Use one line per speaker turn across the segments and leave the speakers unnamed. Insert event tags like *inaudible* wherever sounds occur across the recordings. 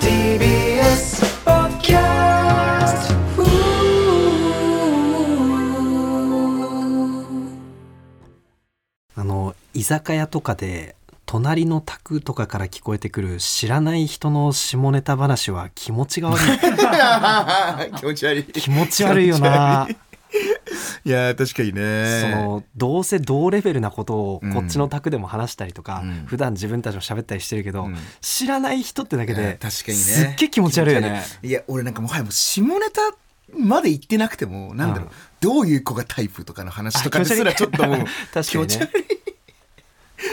TBS ポッドキャスト
あの居酒屋とかで隣の宅とかから聞こえてくる知らない人の下ネタ話は気持ちが悪い
*laughs* 気持ち悪い。
気持ち悪いよな、
いやー、確かに
そ
ね。
のどうせ同レベルなことをこっちの宅でも話したりとか、
うん
普段自分たちも喋ったりしてるけど、
うん
知らない人ってだけ
いや
で
確かにね。
すっげえ気持ち悪いよね
気持ち悪い。いや、俺なんかもはやもう下ネタまで言ってなくても、なんだろう、どういう子がタイプとかの話とかですらちょっともう
確 *laughs* かにね
気持 *laughs* ち悪い。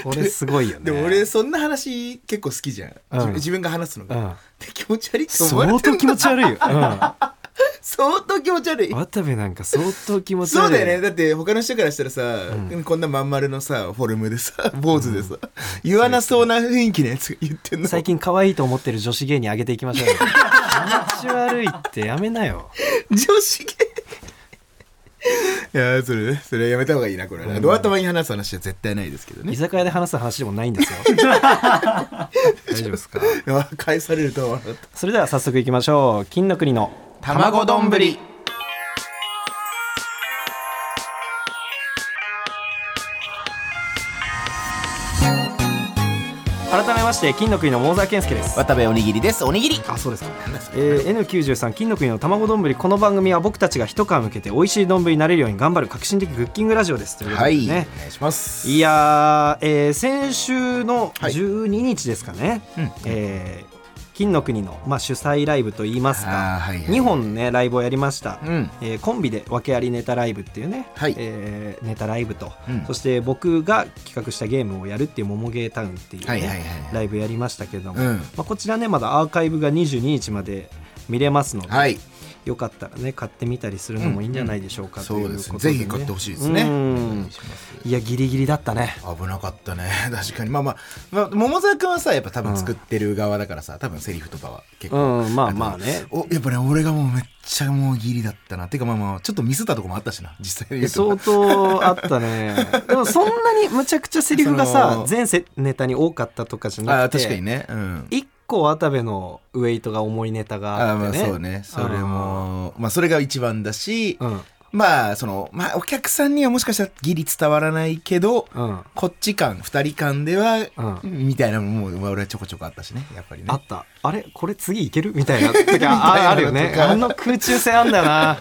これすごいよね
でも俺そんな話結構好きじゃん、自
うん
分自分が話すのが、
うん
で *laughs* 気持ち悪いって思われ
相
て
当
る
気持ち悪いよ、う
相当気持ち
*laughs*
悪い
ん、渡部なんか相当気持ち悪い
そうだよねだって他の人からしたらさ、
うん
こんなまん丸のさフォルムでさ坊主でさ、言わなそうな雰囲気のやつが言ってんの
*laughs* 最近可愛いと思ってる女子芸人上げていきましょうよ気持ち悪いってやめなよ
女子芸いやーそれそれやめた方がいいなこれはな、ドア頭に話す話は絶対ないですけど
居
ね
酒屋で話す話でもないんですよ大丈夫ですか
あ *laughs* 返されるとは思わなかった
それでは早速いきましょう金の国の
卵丼ぶり
改めまして金の国の桃沢健介です
渡部おにぎりですおにぎり
あそうですか
なんだそれ
えー N93 金の国の卵丼この番組は僕たちが一皮向けて美味しい丼になれるように頑張る革新的クッキングラジオですということ
は
で
い、
ね、
お願いします
いやー、えー先週の
はい
12日ですかね、
うん
えー金の国の、まあ、主催ライブといいます
あー
か、
はいはい
2本ねライブをやりました、
うん
えーコンビで訳ありネタライブっていうね、
はい
えーネタライブと、
うん
そして僕が企画したゲームをやるっていう「モモゲータウン」っていう、ね
はいはいはい
ライブやりましたけれども、
うん
まあ、こちらねまだアーカイブが22日まで見れますので、
はい
よかったらね買ってみたりするのもいいんじゃないでしょうか、と
そう
い
です
こ
ね
とで
ぜひ
ね
買ってほしいですね
うん
お願いします
いやギリギリだったね
危なかったね *laughs* 確かにまあまあ、まあ、桃沢君はさやっぱ多分作ってる側だからさ多分セリフとかは結
う
構、
んまあまあね
おやっぱね俺がもうめっちゃもうギリだったなてかまあまあちょっとミスったとこもあったしな実際に言うと
相当あっ
*laughs*
たねでもそんなにむちゃくちゃセリフが
そ
さ
の
全せネタに多かったとかじゃ
あ
な
あ
くて
確かにねうん
一個渡部のウエイトが重いネタが
あ
あ
ーま
っ
あ
てね
そうねそれもまあそれが一番だし、
うん
まあそのまあお客さんにはもしかしたらギリ伝わらないけど、
うん
こっち間二人間では、
う
みたいなのももう俺はちょこちょこあったしねやっぱりね
あったあれこれ次いけるみたい
*laughs*
な時ああるよ
みた
ね
いなのとか
あの空中戦あんだよな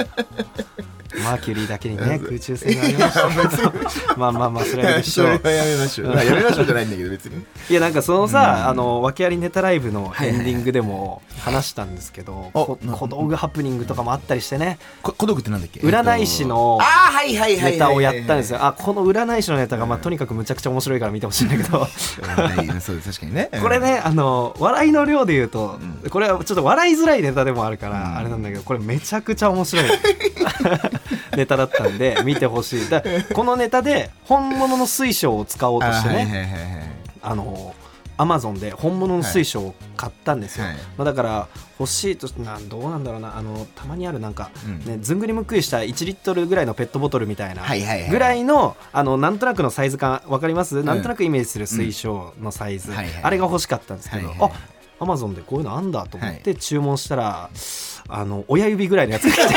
マーキュリーだけにね空中戦がありました *laughs* まあまあまあそれはいいでし
*laughs* そ
ょ
れ
う
はやめましょう。まあやめましょうじゃないんだけど別に。
いやなんかそのさ、あの訳ありネタライブのエンディングでも話したんですけど、
あ
こ
な
小道具ハプニングとかもあったりしてね
こ孤独ってなんだっけ？
占い師の
あーはいはいはいはいはい
ネタをやったんですよ。あこの占い師のネタが、まあ、とにかくむちゃくちゃ面白いから見てほしいんだけど
占いそうです確かにね。
これねあの笑いの量で言うとこれはちょっと笑いづらいネタでもあるから、あれなんだけどこれめちゃくちゃ
*laughs*
面白いネタだったんで見てほしいだこのネタで本物の水晶を使
う
おう
ん。
としてねあ、
あーはいはいはいはい
のアマゾンで本物の水晶を買ったんですよ、
はい
まあ、だから欲しいとなんどうなんだろうなあのたまにあるなんか、
うん
ね、ずんぐりむっくりした1リットルぐらいのペットボトルみたいな、
はいはいはい
ぐらいのあのなんとなくのサイズ感わかります、なんとなくイメージする水晶のサイズ、
うんはいはい
あれが欲しかったんですけど、
はいはい
あアマゾンでこういうのあんだと思って注文したら、あの親指ぐらいのやつが来て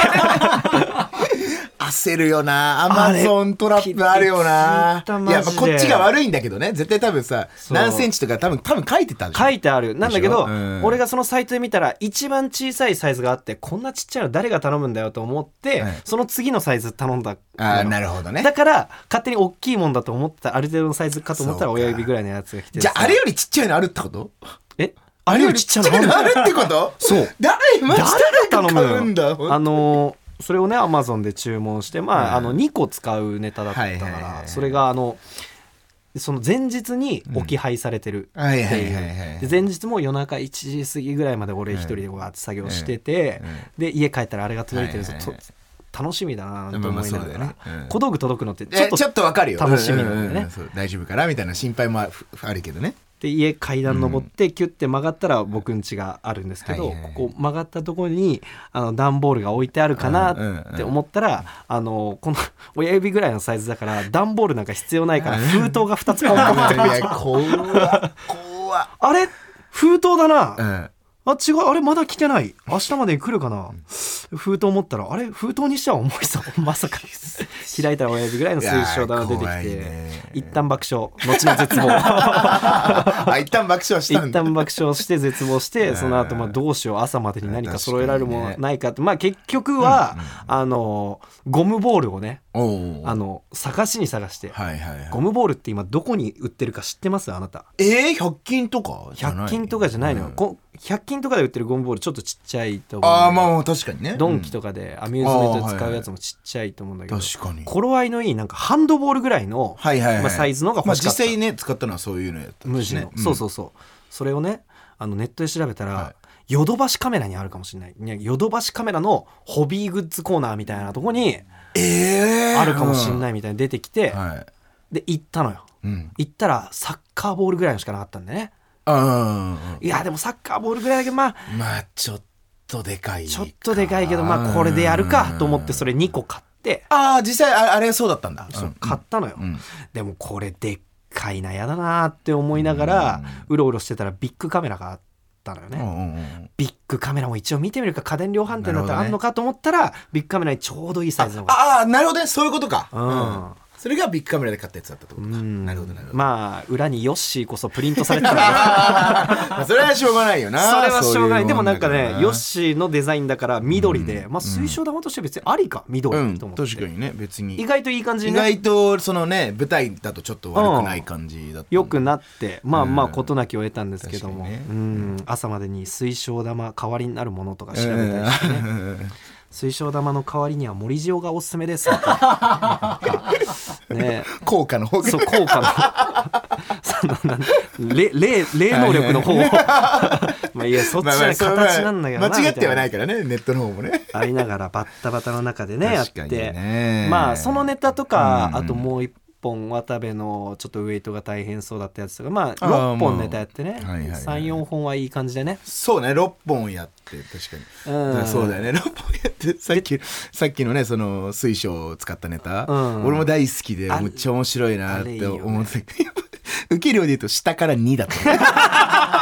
焦るよなア
あ
マ
れ
ゾントラップあるよな
きついん
い
だ
や
マジで
まあこっちが悪いんだけどね絶対多分さ
そう
何センチとか多分多分書いてたでしょ
書いてあるなんだけ
でしょ
ど、
うん
俺がそのサイトで見たら一番小さいサイズがあってこんなちっちゃいの誰が頼むんだよと思って、
はい
その次のサイズ頼んだ
あーなるほどね
だから勝手に大きいもんだと思ってたある程度のサイズかと思ったら
そうか
親指ぐらいのやつが来て
じゃああれよりちっちゃいのあるってこと
えあれよりちっちゃいのある
あるってこと
そう
誰マジ
誰
誰
が
が
頼
買う
む
んだ
のあのそれをねアマゾンで注文してまあ,、
うん
あの2個使うネタだったから、
はいはいはいはい
それがあのその前日に置き配されてるって
はいはい
い
はいは
う
い
で前日も夜中1時過ぎぐらいまで俺一人でこうやって作業してて、で家帰ったらあれが届いてるぞ、
はいはいはい
と楽しみだなと
まあまあ
思いながら、
そうだよねうん
小道具届くのってちょ
え
っと
ちょっとわかるよ
楽しみなんだよね
う
*laughs*
んうんうんそう大丈夫かなみたいな心配もああるけどね
っで家階段登ってキュッて曲がったら僕ん家があるんですけど、
はいはいはい
ここ曲がったところにあの段ボールが置いてあるか
うんうん
な
うん
って思ったら、あのこの *laughs* 親指ぐらいのサイズだから段ボールなんか必要ないから封筒が2つポンポン
*laughs*
って
いや怖っ怖っ
あれ封筒だな、
うん
あ違うあれまだ来てない明日までに来るかな封筒持ったらあれ封筒にしては重いぞ *laughs* ま
*laughs*
さか開いたら親指ぐらいの水晶玉が出
い
て
やー
きて、
怖いね
一旦爆笑後の絶望
あ一旦爆笑したん
一
だ
旦爆笑して絶
*laughs*
望してその後まあどうしよう朝までに何か揃えられるものないかってまあ結局は、あのゴムボールをね
おう
あの探しに探して、
はいはいはい
ゴムボールって今どこに売ってるか知ってますあなた
えー、100均とかじゃない
100均とかじゃないのよ、
うん
こ100均とかで売ってるゴムボールちょっとちっちゃいと思うんだけど
ああまあまあ確かにね
ドンキ
と
とかでアミューズメントで使うやつもちっちゃいと思うんだけど、
確かに
頃合いのいいなんかハンドボールぐらいの、
はいはいはい、
まあ、サイズの
ま
が
あ
欲しか
実
った、
際ね使ったのはそういうのやったしね
無地の、
うん
そうそうそうそれをねあのネットで調べたら、
は
ヨドバシカメラにあるかもしれないねヨドバシカメラのホビーグッズコーナーみたいなとこに
ええ
あるかもしれ
い、
ないみたいに出てきて、
うんはい
で行ったのよ
うん
行ったらサッカーボールぐらいのしかなかったんでね
あー
いやでもサッカーボールぐらいだけどまあ
まあちょっとでかい
ちょっとでかいけどまあこれでやるかと思ってそ
れ
れ2個買って
ああ実際ああれそうだったんだ
そううん買ったのよ、
うん
でもこれでっかいなやだなって思いながらうろうろしてたらビッグカメラがあったのよね、
うんうんうん
ビッグカメラも一応見てみるか家電量販店
な
だったら
るほど
あ
ね
んのかと思ったら、ビッグカメラにちょうどいいサイズのが
ああなるほどねそういうことか、
うん
それがビッグカメラで買ったやつだったってことか、
うん
なるほどなるほど、
まあ裏にヨッシーこそプリントされてたから
ま *laughs* あそれはしょうがないよな
それはしょうがない
そ
でも
だ
なんからねヨッシーのデザインだから緑で、まあ推奨玉として別にありか緑
うん
と思って、
確かにね別に
意外といい感じ
意
に、ね、
外とそのね舞台だとちょっと悪くない感じだったんで
良く
い
なってまあまあ
うん
事なきを得たんですけど
確
も、
かにね
うん朝までに水晶玉代わりになるものとか調べたりしてね、
*laughs* ね
水晶玉の代わりには森塩がおすすめですとかね
効果の方が
そう効果の *laughs* そのなん霊霊霊能力の方を *laughs* まあいやそっち
*laughs* まあまあ
は
そう
形なんだけどな
まあ間違ってはない
み
からねネットの方もね
たいなありながらバッタバタの中でねやっ
確かに
て、
ね
まあそのネタとか、
うん
あともう一本渡部のちょっとウエイトが大変そうだったやつとかまあ
あー
6本ネタやってね、
まあはいはいはい
34本はいい感じでね
そうね6本やって確かに、
うん
だからそうだよね6本やってさっきさっきのねその水晶を使ったネタ、
うん
俺も大好きで
あ
めっちゃ面白いな
あ
っ
れいい
て
よね
思って、 *laughs* 受け量で言うと下から2だった、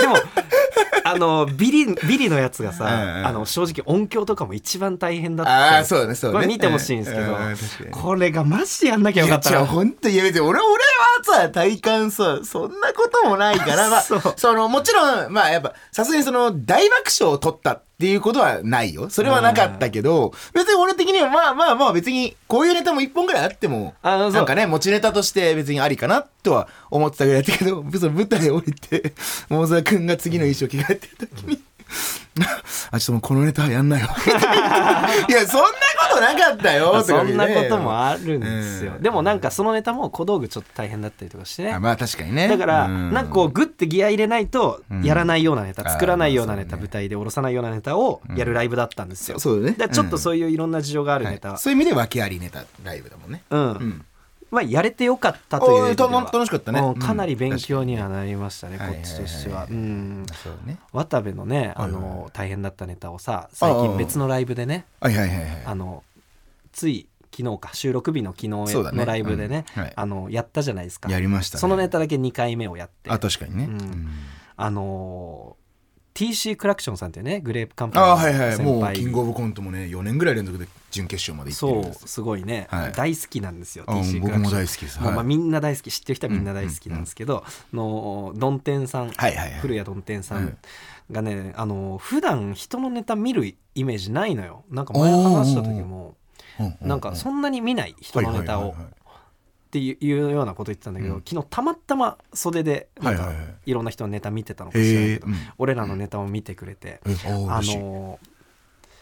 でも *laughs* あのビリビリのやつがさ、
うんうん
あの正直音響とかも一番大変だった
ああそうだねそうだね
これ見てほしいんですけど、
うんうん確かに
これがマジやんなきゃよ
い
か
や
った
じゃ
な
あ本当いや別に俺俺はさ体感さそんなこともない
*laughs*
から、まあ、
そう
そのもちろんまあやっぱさすがにその大爆笑を取ったっていうことはないよそれはなかったけど別に俺的にはまあまあまあ別にこういうネタも1本ぐらいあっても
あそう
なんかね持ちネタとして別にありかなとは思ってたぐらいだけど *laughs* その舞台降りて桃沢君が次の衣装着替えてる時に。 *laughs* あ、ちょっともうこのネタやんなよ。 *laughs* みたいないや、そんなことなかったよ。
まあ
とか
そ
言
ん
うね
なこともあるんですよ、
うん
でもなんかそのネタも小道具ちょっと大変だったりとかしてね
あまあ確かにね
だから
うん
なんかこうグッてギア入れないとやらないようなネタ、
うん
作らないようなネ
あーまあ
タ、
そうね
舞台で下ろさないようなネタをやるライブだったんですよ、
うんそうだね
からちょっとそういういろんな事情があるネタ、
はいそういう意味で訳ありネタライブだもんね
うん、
ん
まあやれてよかったという意味では
おー楽楽しかったね
うん
うん
かなり勉強にはなりましたね、
確か
こ
に
っちとしては,、
はいはいはいはい
うん
そうね
渡部のねあ
はいはいは
の大変だったネタをさ最近別のライブでね
はいはいはい
あのつい昨日か収録日の昨日
そうだね
のライブでね
うんはい
あのやったじゃないですか
やりましたね
そのネタだけ2回目をやって
あ確かにね、
うん
うん
あのー TC クラクションさんっていうねグレープカンパニー
あ
の
はいはい
先
もう
輩
キングオブコントもね4年ぐらい連続で準決勝まで行って
そ
るん
う
です
すごいね、
はい
大好きなんですよ
あもう
TC ク
僕
ラクショ
も
ン
大好きです
もうま
は
あ
い
みんな大好き知ってる人はみんな大好きなんですけど、のどんてんさ
はい
ん、
はいはい
古谷どんてんさ
うん
んがね、あの普段人のネタ見るイメージないのよなんか
おー
前話した時も
ううう
なんかそんなに見ない人のネタ
はい
を
はいはいはい
っていうようなこと言ってたんだけ
う
ど、
ん
昨日たまたま袖でなん
は
か
いはいはい
いろんな人のネタ見てたのかしらん
へ
け
え
ど、
うん
俺らのネタを見てくれて、
えあ
あ
嬉しい
の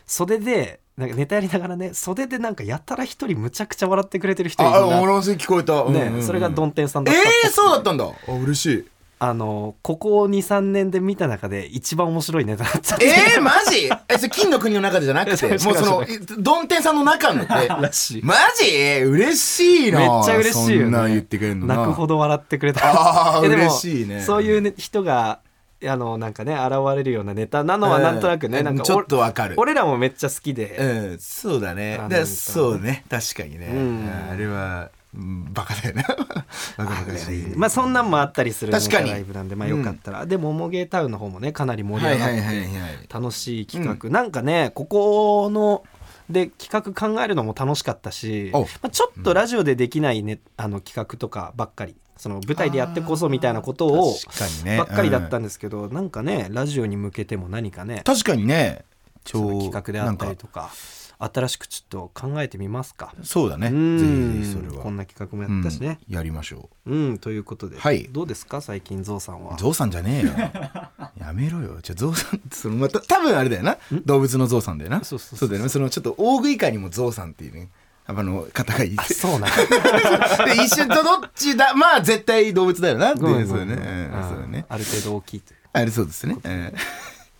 袖でなんかネタやりながらね袖でなんかやたら一人むちゃくちゃ笑ってくれてる人いる
あ
な
俺もそれ聞こえた、うんうんう
ね、
ん
それがどんてんさんだ
え
ったっていう
ー、そうだったんだあ嬉しい
あのここ23年で見た中で一番面白いネタだったんで
えー、マジえ、それ金の国の中でじゃなくて、
違う違
もう
う
その、どん天さんの中のって。
らしい
マジ嬉しいな。
めっちゃ嬉しいよね
そんなん言ってくれるのな。
*laughs* 泣くほど笑ってくれた
あー
い *laughs* やでも
嬉しいね
そういうね人があのなんかね現れるようなネタなのは
うん
なんとなくね、なんか
ちょっとわかる
俺らもめっちゃ好きで、
うん、そうだね
あ。の
だからそうね。確かにね。
うん
あれは、うんバカだよ
*laughs*
な。バカバカしい。
まあそんなんもあったりするのが
確かに
ライブなんでまあよかったら、でも「モゲータウン」の方もねかなり盛り
は
上
い
がっ
はいは
て、
いはい。
楽しい企画、なんかねここので企画考えるのも楽しかったし、
お
まあ、ちょっとラジオでできない、ねあの企画とかばっかりその舞台でやってこそみたいなことを
確かにね。
ばっかりだった
うん
んですけど、なんかねラジオに向けても何かね
確かにね。
その
超
企画であった
な
り
んか
とか新しくちょっと考えてみますか。
そうだね。
う
ぜ
ん
ひぜひそれは。
こんな企画もやったしね。
うんやりましょ
うん、ということで、
はい
どうですか最近ゾウさんは
う。。ゾウさんじゃ
*laughs*
ねえよ。やめろよ。じゃゾウさん、そのまた、多分あれだよな。動物のゾウさんだよな。
そうそうそう
だよね。そのちょっと大食い界にもゾウさんっていうね。あの方がいて
あそ
*laughs*
うなんだ
で一瞬とどっちだまあ絶対動物だよなって
ごめ
い
ん
う
ご
そう
め
よ
ん
ね
ごめん
うんそうよね
あある程度大きいとい
あれそうですねうん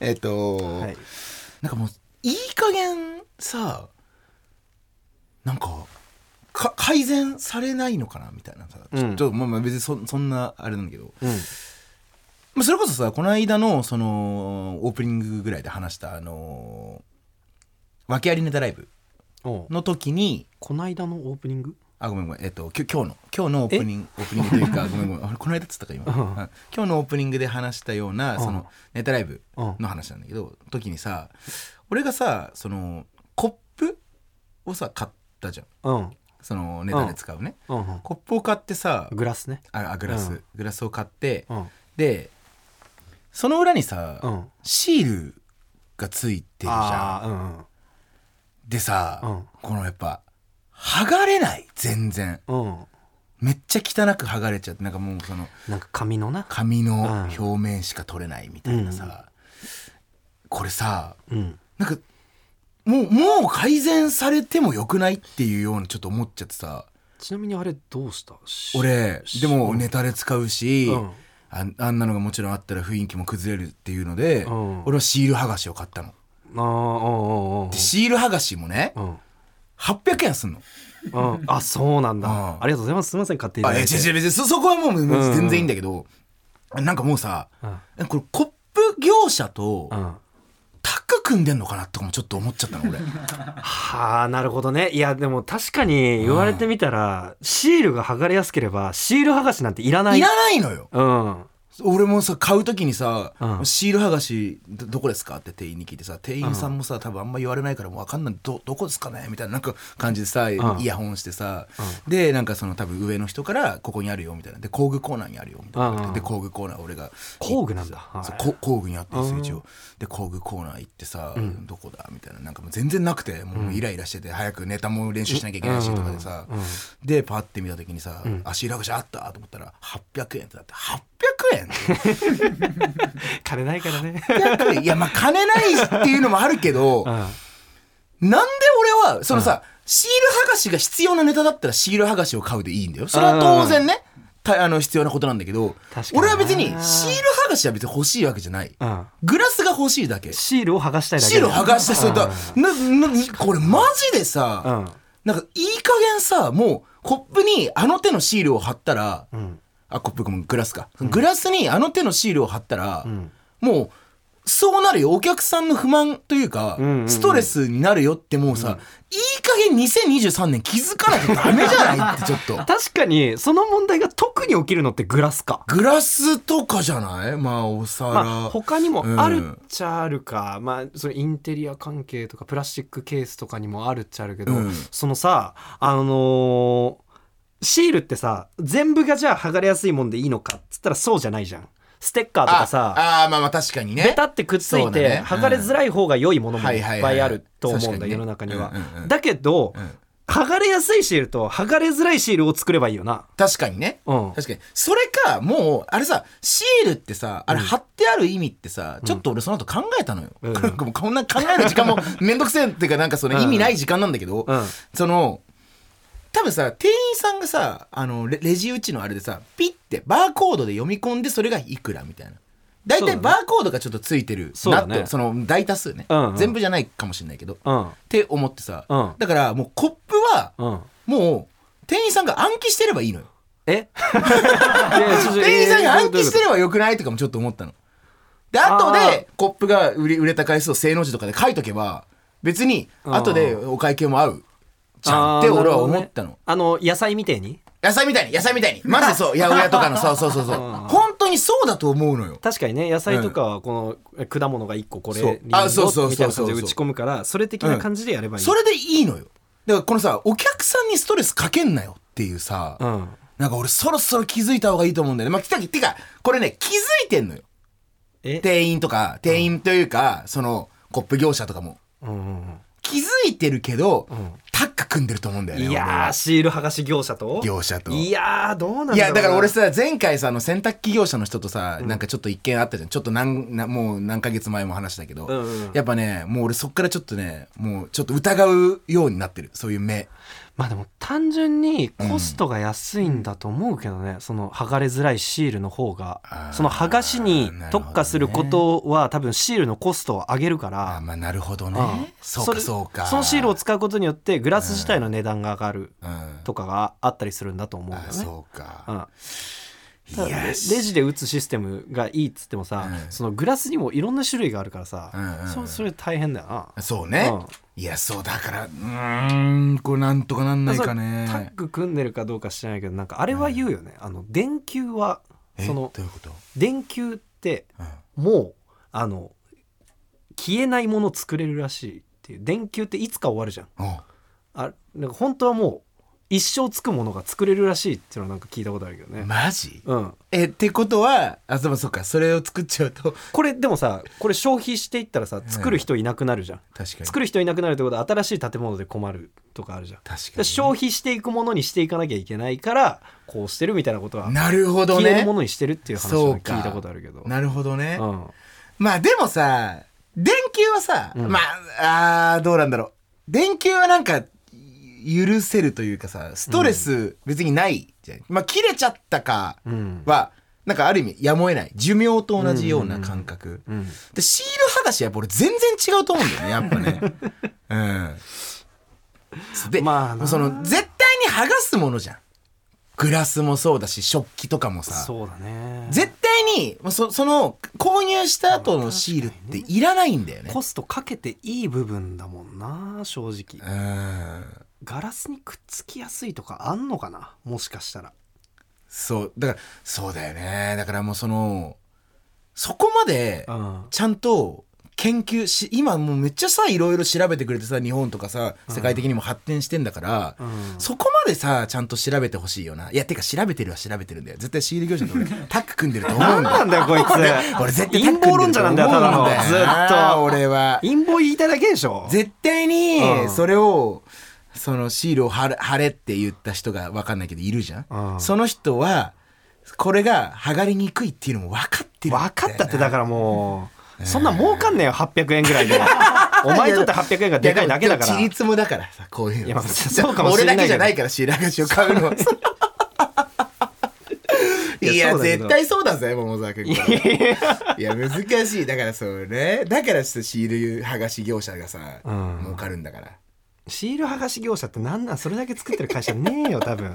えっと、
う。はい
なんかもういい加減さなんかか改善されないのかなみたいなさちょ,、
うん
ちょっとまあまあ別にそそんなあれなんだけど、
うん
まあ、それこそさこの間のそのオープニングぐらいで話したあの訳ありネタライブ
おう
の時に
この間のオープニング
あごめんごめんえっときょ今日の今日のオープニングオープニングという
*laughs*
かごめんごめんあれこの間っつったか今、
うん
あ今日のオープニングで話したようなそ
うん
のネタライブ
うん
の話なんだけど時にさ俺がさそのコップをさ買ったじゃん
うん
そのネタで使うね、
うん
コップを買ってさ
グラスね
ああグラス、
うん
グラスを買って
うん
でその裏にさ、
うん
シールがついてるじゃん
あーうん
でさ、
うん
このやっぱ剥がれない全然
うんうん
めっちゃ汚く剥がれちゃってなんかもうその
なんか紙のな
紙の
うん
表面しか取れないみたいなさ、これさ
うん
なんかもうもう改善されてもよくないっていうようにちょっと思っちゃってさ
ちなみにあれどうしたし
俺
し
でもネタで使うし、
うん
あんあんなのがもちろんあったら雰囲気も崩れるっていうので、
うん
俺はシール剥がしを買ったの。
あーうんうんうん
でシール剥がしもね
うん
800円すんの。
うんあそうなんだ
うん
ありがとうございますすみません買っていた
あ
だ
え
い
違
て
う違う別にそそこはもう
うん
全然いいんだけど、なんかもうさ
うん
これコップ業者と
うん
タッグ組んでんのかなとかもちょっと思っちゃった
*laughs*
の俺。
はあなるほどねいやでも確かに言われてみたらシールが剥がれやすければシール剥がしなんていらない
いらないのよ
うん
俺もさ買う時にさ、
うん
シール剥がしどどこですかって店員に聞いてさ店員さんもさ、多分あんま言われないからもう分かんないどどこですかねみたいななんか感じでさ、
ん
イヤホンしてさ、でなんかその多分上の人からここにあるよみたいなで工具コーナーにあるよみたいな、
うん
で工具コーナー俺が
工具なんだはい
そうこ工具にあってですよ一応で工具コーナー行ってさ、どこだみたいななんかもう全然なくてもうイライラしてて、早くネタも練習しなきゃいけないしとかでさ、でパッて見た時にさ「あシール剥がしあった!」と思ったら「800円」ってなって「800円?」
金ないからね
800円いやまあ金ないっていうのもあるけど、
*laughs* うん
なんで俺はそのさ、シール剥がしが必要なネタだったらシール剥がしを買うでいいんだよそれは当然ねたあの必要なことなんだけど
確かにな
俺は別にシール剥がしは別に欲しいわけじゃない、
うん
グラスが欲しいだけ
シールを剥がしたいだけ
シール剥がしてそれだななこれマジでさ、
うん
なんかいい加減さもうコップにあの手のシールを貼ったら、
ん
あコップごめんグラスか、グラスにあの手のシールを貼ったら、
ん
もうそうなるよお客さんの不満というか、
んうんうん
ストレスになるよってもうさ、いい加減2023年気づかなきゃダメじゃないってちょっと *laughs*
確かにその問題が特に起きるのってグラスか
グラスとかじゃないまあお皿、
まあ他にもあ
う
る
ん
っちゃあるか、まあそのインテリア関係とかプラスチックケースとかにもあるっちゃあるけど、
うん
そのさあのーシールってさ全部がじゃあ剥がれやすいもんでいいのかっつったらそうじゃないじゃんステッカーとかさ
ああーまあまあ確かにね
ペタってくっつ
そ
いう
だ
て
ね
剥がれづらい方が良いものも
はいいはいはい
っぱいあると思う
確
んだ
かにね
世の中に
う
は
んうんうん
だけど
うん
剥がれやすいシールと剥がれづらいシールを作ればいいよな
確かにね、
うん
確かにそれかもうあれさシールってさあれ貼ってある意味ってさ、ちょっと俺その後考えたのよ、 *laughs*
うん
なんかもうこんな考える時間もめんどくせえっていうかなんかその意味ない時間なんだけど、
うん
その多分さ店員さんがさあのレレジ打ちのあれでさピッてバーコードで読み込んでそれがいくらみたいな大
そうだ
体
ね
バーコードがちょっとついてる
そう
な
だ
と
ね
そ,、の大多数ね、
うんうん
全部じゃないかもしれないけど、っ
うん
て思ってさ、
うん
だからもうコップは
うん
もう店員さんが暗記してればいいのよ
え *laughs* いやちょっと
店員さんが暗記して
え
ればよくないとかもちょっと思ったの。で、後で、コップが売り売れた回数を正の字とかで書いとけば、別に、後でお会計も合うじゃんって俺は思ったの。
あーなるほどねあの野菜みてえに
野菜みたいに、野菜みたいに。まずそう、
*laughs*
八百屋とかの、そうそうそうそう。本当にそうだと思うのよ。
確かにね野菜とかはこのえ果物が1個これ
そう
リンゴ
あそうそう
みたいな感じで
そうそうそう
打ち込むからそれ的な感じでやればいい、
それでいいのよ。だからこのさ、お客さんにストレスかけんなよっていうさ、
うん
なんか俺そろそろ気づいた方がいいと思うんだよね。まあ、てか、てかこれね、気づいてんのよ。
え
店員とか、店員というか、その、コップ業者とかも。
うんうん
気づいてるけど、タッグ組んでると思うんだ
う
よね。
ん、い
俺
やー
は
シール剥がし業者と
業者と。
い
い
やーどうなんだろうい
や、だから俺さ、前回さ、あの、洗濯機業者の人とさ、なんかちょっと一件あったじゃん。ちょっとなん、なもう何ヶ月前も話したけど、
うんうん
やっぱね、もう俺そっからちょっとね、もうちょっと疑うようになってる。そういう目。
まあでも単純にコストが安いんだと思うけどね、その剥がれづらいシールの方が
あー
その剥がしに特化することは多分シールのコストを上げるか
あ、
ら、
まあなるほどね
うん。
そうか
れ
そうか。
そのシールを使うことによってグラス自体の値段が上がる
うん。
とかがあったりするんだと思うんだ
あ
よ、ね。
そう
う
か。
んただ
い
レ
や
レジで打つシステムがいいっつってもさ、
うん
そのグラスにもいろんな種類があるからさ、
うんうん
それそれ大変だよな。
そうね。いや、そうだから、うーん、これなんとかなんないかね。
タッグ組んでるかどうか知らないけどなんかあれは言うよね、あの電球は
え
その
どういうこと
電球って
うん
もうあの消えないもの作れるらしいっていう電球っていつか終わるじゃん
お
あなんか本当はもう一生つくものが作れるらしいっていうのはなんか聞いたことあるけどね、
マジ
うん、
えってことはあでもそっかそれを作っちゃうと
これでもさこれ消費していったらさ作る人いなくなるじゃん、
確かに
作る人いなくなるってことは新しい建物で困るとかあるじゃん
確か
で
に
消費していくものにしていかなきゃいけないからこうしてるみたいなことは
なるほど
消える
ね
ものにしてるっていう話
そ
を
うか
聞いたことあるけど
なるほどね、
うん
まあでもさ電球はさ、
うん
まああーどうなんだろう電球はなんか許せるというかさストレス別にないじゃん、まあ切れちゃったか
うん
は、なんかある意味やむを得ない寿命と同じような感覚、
うん
でシール剥がしはやっぱ俺全然違うと思うんだよねやっぱねうんで、
まあな
その絶対に剥がすものじゃんグラスもそうだし食器とかもさ
そうだね
絶対にまあそその購入した後のシールっていらないんだよね
コストかけていい部分だもんな正直
うん
ガラスにくっつきやすいとかあんのかなもしかしたら
そうだからそうだよねだからもうそのそこまで
うん
ちゃんと研究し今もうめっちゃさいろいろ調べてくれてさ日本とかさ世界的にも発展してんだから、
うん
そこまでさちゃんと調べてほしいよないやてか調べてるは調べてるんだよ絶対シール業者と俺タッグ組んでると思うん
*laughs*
だよ
なんだよこいつ
俺絶対タッ
陰
グ組
謀
んで
論
ると
者
思
な
うんん
だ
だ
よ
よ
ただのずっと
俺は
陰謀言いただけでしょ
絶対に、
うん
それをそのシールを貼れ貼れって言った人が分かんないけどいるじゃん、
うん
その人はこれが剥がれにくいっていうのも分かってる
分かったってだからもうそんな儲かんねえよ800円ぐらい *laughs* でお前にとって800円がでかいだけだか
いやでもち
ら
りつもだからさこういうの
いやまあそうかもしれ
俺
ない
だ
けど
けじゃないからシール剥がしを買うのはいや
いやそうだけど
絶対そうだぜ桃沢君これいや難しいだからそうねだからちょっとシール剥がし業者がさ、
うん
儲かるんだから
シール剥がし業者ってなんなんそれだけ作ってる会社ねえよ多分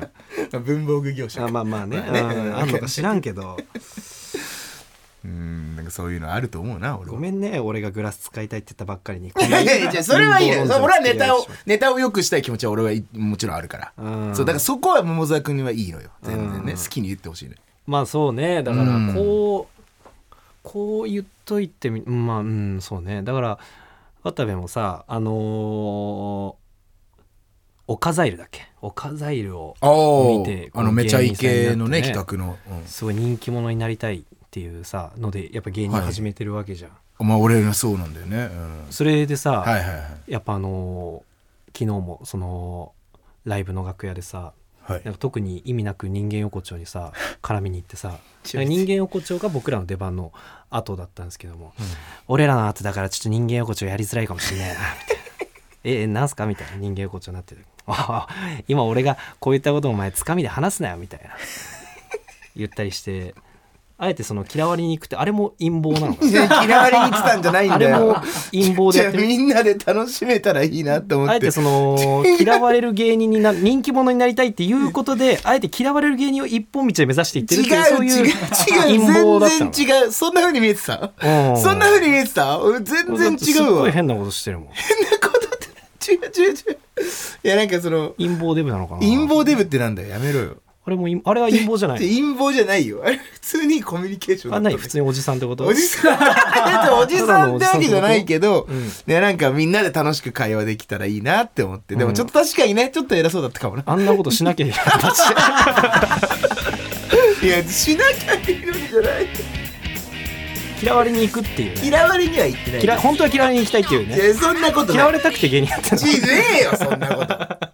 文房具業者
*laughs* あまあまあねうんあんのか知らんけど
うんなんかそういうのあると思うな俺
ご
は
めんね俺がグラス使いたいって言ったばっかりに
いやいやいやそれはいいよ
陰謀論
そ
者
う俺はネタ
好
を
きだし
ネタを良くしたい気持ちは俺はいもちろんあるから、
うん
そうだからそこは桃沢君にはいいのよ全然ね、
うん
好きに言ってほしいね
まあそうねだから
うん
こう、こう言っといてみまあうんそうねだから渡部もさあのーおかざいるだっけおかざいるを
あー
見て
あのめちゃイケのね
芸人さんにな
企画
ってね
の、うん
すごい人気者になりたいっていうさのでやっぱ芸人
はい
始めてるわけじゃん、
まあ俺はそうなんだよね、うん
それでさ、
はいはい
やっぱあのー昨日もそのライブの楽屋でさ
はいは
なん
い
か特に意味なく人間横丁にさ絡みに行ってさ
ちょい
人
ちょい
間横丁が僕らの出番の後だったんですけども、俺らの後だからちょっと人間横丁やりづらいかもしれないなみたいなええなんすかみたいな人間横丁になってるあああ今俺がこういったことをお前つかみで話すなよみたいな言ったりしてあえてその嫌われに行くってあれも陰謀なの
*laughs*
か
いや嫌われに来たんじゃないんだ
あれも
よ。
陰謀
じ
でや
ゃ
っ
あ
てる
みんなで楽しめたらいいなと思って。
あえて
*laughs*
その嫌われる芸人にな人気者になりたいっていうことであえて嫌われる芸人を一本道を目指していってるっていう
違
そうう
違う
いう
違う
陰謀だった
全然違うそんな風に見えてた
の
そんな
う
風に見えてた俺全然違
すっ
う
ご
わ変
い変なことしてるもん
な *laughs* ことって違う違う違ういやなんかその
陰謀デブなのかな
陰謀デブってなんだよやめろよ
あれも陰あれは陰謀じゃない
陰謀じゃないよあれ普通にコミュニケーション
あ
だ
ん
った
な
の
に普通におじさんってこと
おじ *laughs* さんだっておじさんってわけじゃないけど、
うん
ね、なんかみんなで楽しく会話できたらいいなって思ってでもちょっと確かにねちょっと偉そうだったかも *laughs* な
あんなことしなきゃいけない私
いやしなきゃいいのにじゃない
嫌われに行くっていうね
嫌われには言ってない
嫌い本当は嫌われに行きたいっていう
い
ね
やそんなことない
嫌われたくて芸人やってる
ちねえよそんなこと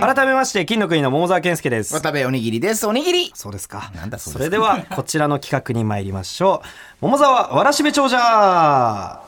改めまして金の国の桃沢健介です
渡部おにぎりですおにぎり
そうですか
なんだそ
そ
れ
れではこちらの企画に参りましょう桃沢わらしべ長者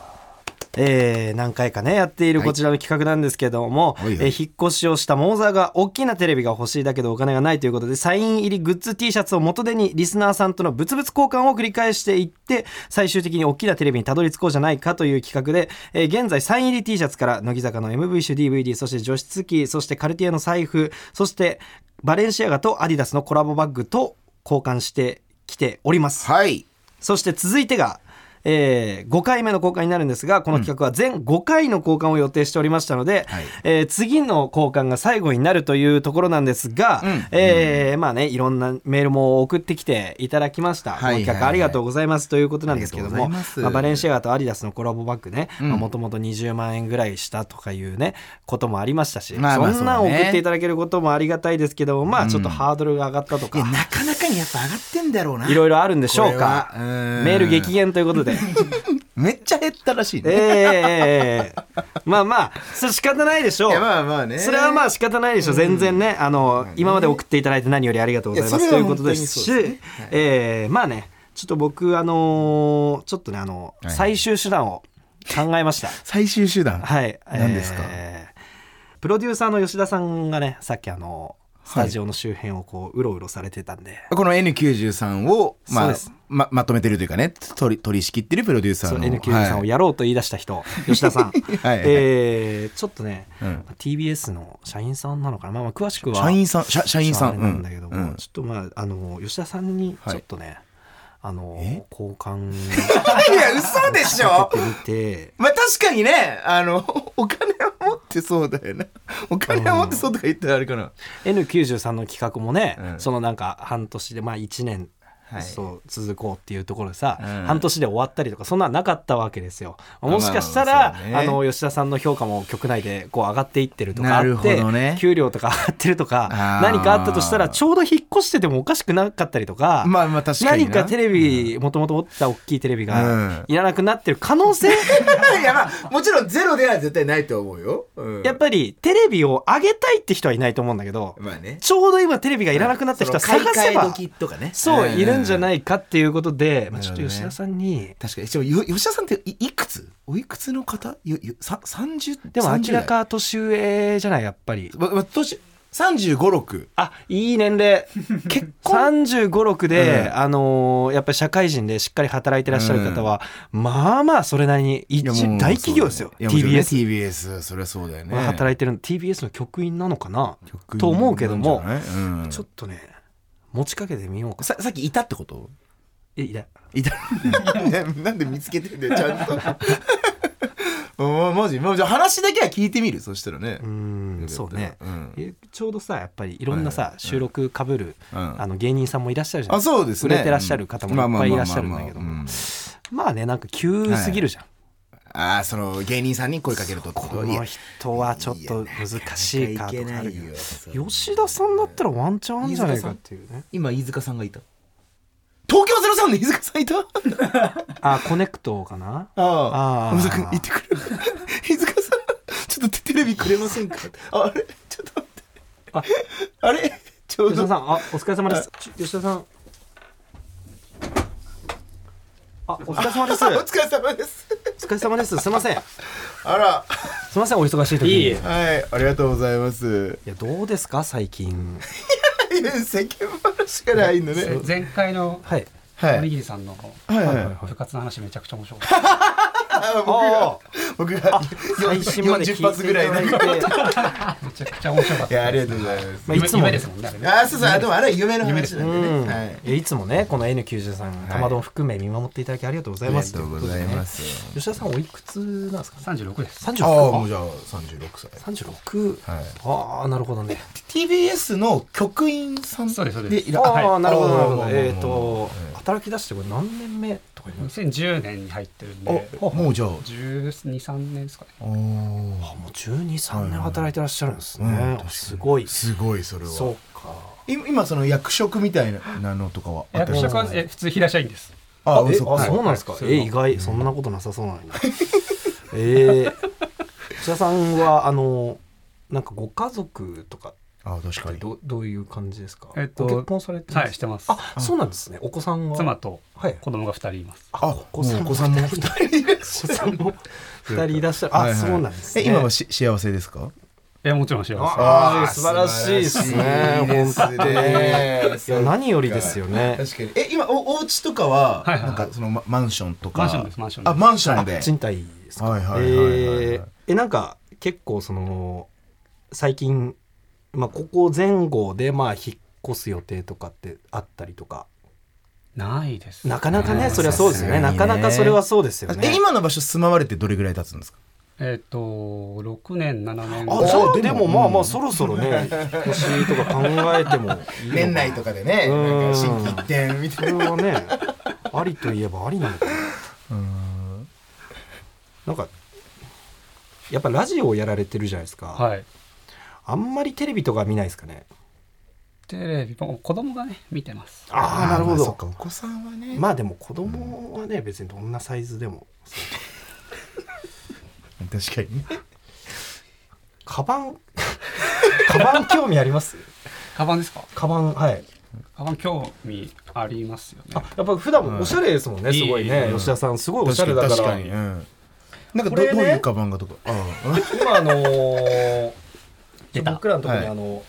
えー何回かねやっているこちらの企画なんですけども、
はいはい
えー引っ越しをした桃沢が大きなテレビが欲しいだけどお金がないということでサイン入りグッズ T シャツを元手にリスナーさんとの物々交換を繰り返していって最終的に大きなテレビにたどり着こうじゃないかという企画で、えー現在サイン入り T シャツから乃木坂の MV 集 DVD そして除湿機そしてカルティエの財布そしてバレンシアガとアディダスのコラボバッグと交換してきております。
はい
そして続いてが、え5回目の交換になるんですがこの企画は全5回の交換を予定しておりましたので、
はい
えー次の交換が最後になるというところなんですが、
うん
えーまあねいろんなメールも送ってきていただきました、
はいはいはい
この企画ありがとうございますということなんですけ
あ
ど
りが
も
とうございます
あバレンシアガとアディダスのコラボバッグねもともと20万円ぐらいしたとかいうねこともありましたし、
まあまあ
そんなん
そ
送
うね
っていただけることもありがたいですけどもまあちょっとハードルが上がったと
い
か、
やなかなかにやっぱ上がってんだろうない
ろいろあるんでしょうか
これはうーん
メール激減とい
*laughs*
うことで。
めっちゃ減ったらしい
ええ
ね、
ええええまあまあそれ仕方ないでしょう
いやまあまあね
それはまあ仕方ないでしょう全然ねあの今まで送っていただいて何よりありがとうございま
い
す
や
と
そ
い
れ
う
は
ことですし
本当にそうです
ええまあねちょっと僕あのーちょっとねあの
はい
最終手段を考えました
最終手段
はい
何ですか
ええプロデューサーの吉田さんがねさっきあのスタジオの周辺をこううろうろされてたんで、
この N93 を、
そう
まあ
で、す
ままとめてるというかね取り取り仕切ってるプロデューサー
そ
の
の NQ さんをやろうと言い出した人、吉田さん、
*laughs* はいはい
えーちょっとね、
うん
まあ TBS の社員さんなのかな、まあ、まあ詳しくは
はい社員さん社社員さん
ちょっとあれなんだけども、
うんうん
ちょっとまああの吉田さんにちょっとね、あの
え
交換
いや嘘で
*laughs*
しょ
かけてみて。
まあ確かにねあの *laughs* お金は持ってそうだよねお金は持ってそうとか言ったらあれかな、
N93 の企画もね、
うん
そのなんか半年でまあ1年、
はい
そう続こうっていうところでさ、
うん
半年で終わったりとかそんなんなかったわけですよもしかした
まあ
ら、
まあ
あ
そうね
の吉田さんの評価も局内でこう上がっていってるとか
な
あ
る
っ
ほ
て、
どね
給料とか上がってるとか
あー
何かあったとしたらちょうど引っ越しててもおかしくなかったりとか、
まあまあ確かに
何
な
かテレビもともと持ってた大きいテレビ
うん
がいらなくなってる可能
*laughs* *laughs*
性、
いやまあもちろんゼロでは絶対ないと思うよ、うん
やっぱりテレビを上げたいって人はいないと思うんだけど、
まあね
ちょうど今テレビがいらなくなった人は探せば。
とかね
そう、いるんじゃ
い
ないかっていうことで、まあ、
なる
ち
ほ
ょ
どね
っと吉田さんに、
確かに一応よ吉田さんっていいくつおいくつの方よよさ30
でも明ら
30
か年上じゃないやっぱり
代まま年356
あいい年 *laughs* 齢結婚356で、
うん
あのーやっぱり社会人でしっかり働いてらっしゃる方は、まあまあそれなりに一
いやもう
大企業ですよ
そうだねいやもち
TBS
ろんね TBS それはそうだよね
は働いてるの TBS の局員なのかな
局
と思うけども
なんじゃないうん
ちょっとね持ちかけてみようか
ささっきいたってこと
えいや
いた *laughs* なんで見つけてんだよちゃんと *laughs* おーマジまあじゃあ話だけは聞いてみるそしたらね
うーんそうね、
うん
えちょうどさやっぱりいろんなさ、
はいはい
収録かぶる、
うん
あの芸人さんもいらっしゃるじゃない
あそうですね
売れてらっしゃる方もいっぱいいらっしゃるんだけど
まあまあまあまあまあうん
まあねなんか急すぎるじゃん、
ああその芸人さんに声かけるとってこと
この人はちょっと難しいかとかあ
いや
るけ
なかなかいけないよ
ど吉田さんだったらワンチャンあるんじゃないかっていうね
今飯塚さんがいた東京ゼロの飯塚さんいた
あコネクトかな
あ
あー
飯塚君行ってくる飯塚さんちょっとテレビくれませんかああれちょっと待って
あ
あれちちょう
吉田
ど
さんあお疲れ様ですち吉田さんあお疲れ様です *laughs*
お疲れ様です
お疲れ様ですすいませんす
あら
いませんお忙しい時に
いい
い
はいありがとうございます
やどうですか最近
いや世間話からいいのね
前回の
*laughs* はい
はい
おにぎりさんの
はいはい
部活の話めちゃくちゃ面白かった。
あ
僕が
最新まで聞いて
40発ぐらいなんか
いた *laughs* だいて
めちゃくちゃ面白かっ
い
た。
やありがとうございます
まあいつも
夢ですもんね。あれね
あそうそうあでもあれは夢の話な
うん
でね
ん
はい
いやいつもねこの N93 玉丼含め見守っていただきありがとうございます
す
ということでね吉田さんおいくつなんですか
三十六です。
36
ああもう
か
じゃあ36歳
36
はい
ああなるほどね
TBS の局員さん
そうですそうです
でいらはい
ああなるほどなるほ
あ
ど
ー
えっと
ええ
働き出してこれ何年目とかになるん
二
です
千十年に入ってるん
あ
で、
もうじゃあ
十二三年ですかね。
あー
かもう123年働いてらっしゃるんです
うん
ね
確かに
すごい
すごいそれは
そうか
い今その役職みたいなのとかはあった
役
りする
職はえ普通平社員です。
あ
えあ
そっか
そうなんですか
はい
え意外そんなことなさそうなのになええ吉田さんはあのなんかご家族とか
あ確かに
どどういう感じですか。
えっと
ご結婚されて
はいしてます。
あ、そうなんですね。お子さんは。
妻と
はい。
子供が二人います。
あ
お子さん
もうお子さんも
二人。お子さんも二人いらっしゃる。
はい
あ、
はい
そうなんですね。
え今はし幸せですか
いやもちろん幸せ。
あー素晴らしいですね
素晴らしいです
いや何よりですよね。
確かにえ今おお家とかは
はいはい
なんかそのママンションとか
マンションですマンションです
あマンションで
あ賃貸ですか。
はいはいはいはいはい
えーえなんか結構その最近まあここ前後でまあ引っ越す予定とかってあったりとか。
ないです。
なかなかね、
うん
それはそうですよ
さす
ね。
がに
な
ね
かなかそれはそうですよね。
え今の場所住まわれてどれぐらい経つんですか
えっと六年七年
あ、じ
後。
ゃ
お
あ
ー
で
でも
もまあまあそろそろね、引っ越しとか考えてもいいのかな
年内とかでね
うん
なんか新規一転み
そ
たい
れ
な
はねありといえばありなのかななんかやっぱラジオをやられてるじゃないですか、
はい。
あんまりテレビとか見ないですかね
テレビも子供がね見てます。
ああなるほ
まそ
ど
っかお子さんはね
まあでも子供はね別にどんなサイズでもそう
確かにね
カバンカバン興味あります
カバンですか。
カバンはい
カバン興味ありますよね。
あやっぱ普段もおしゃれですもんね、
うん
すごいね、
いい
吉田さんすごいおしゃれだから
確かに確かにうんなんか
こ
ど,、
れね
どういうカバンがとかああ
*laughs* 今あのー、
出た
僕らのところに
はい
あの、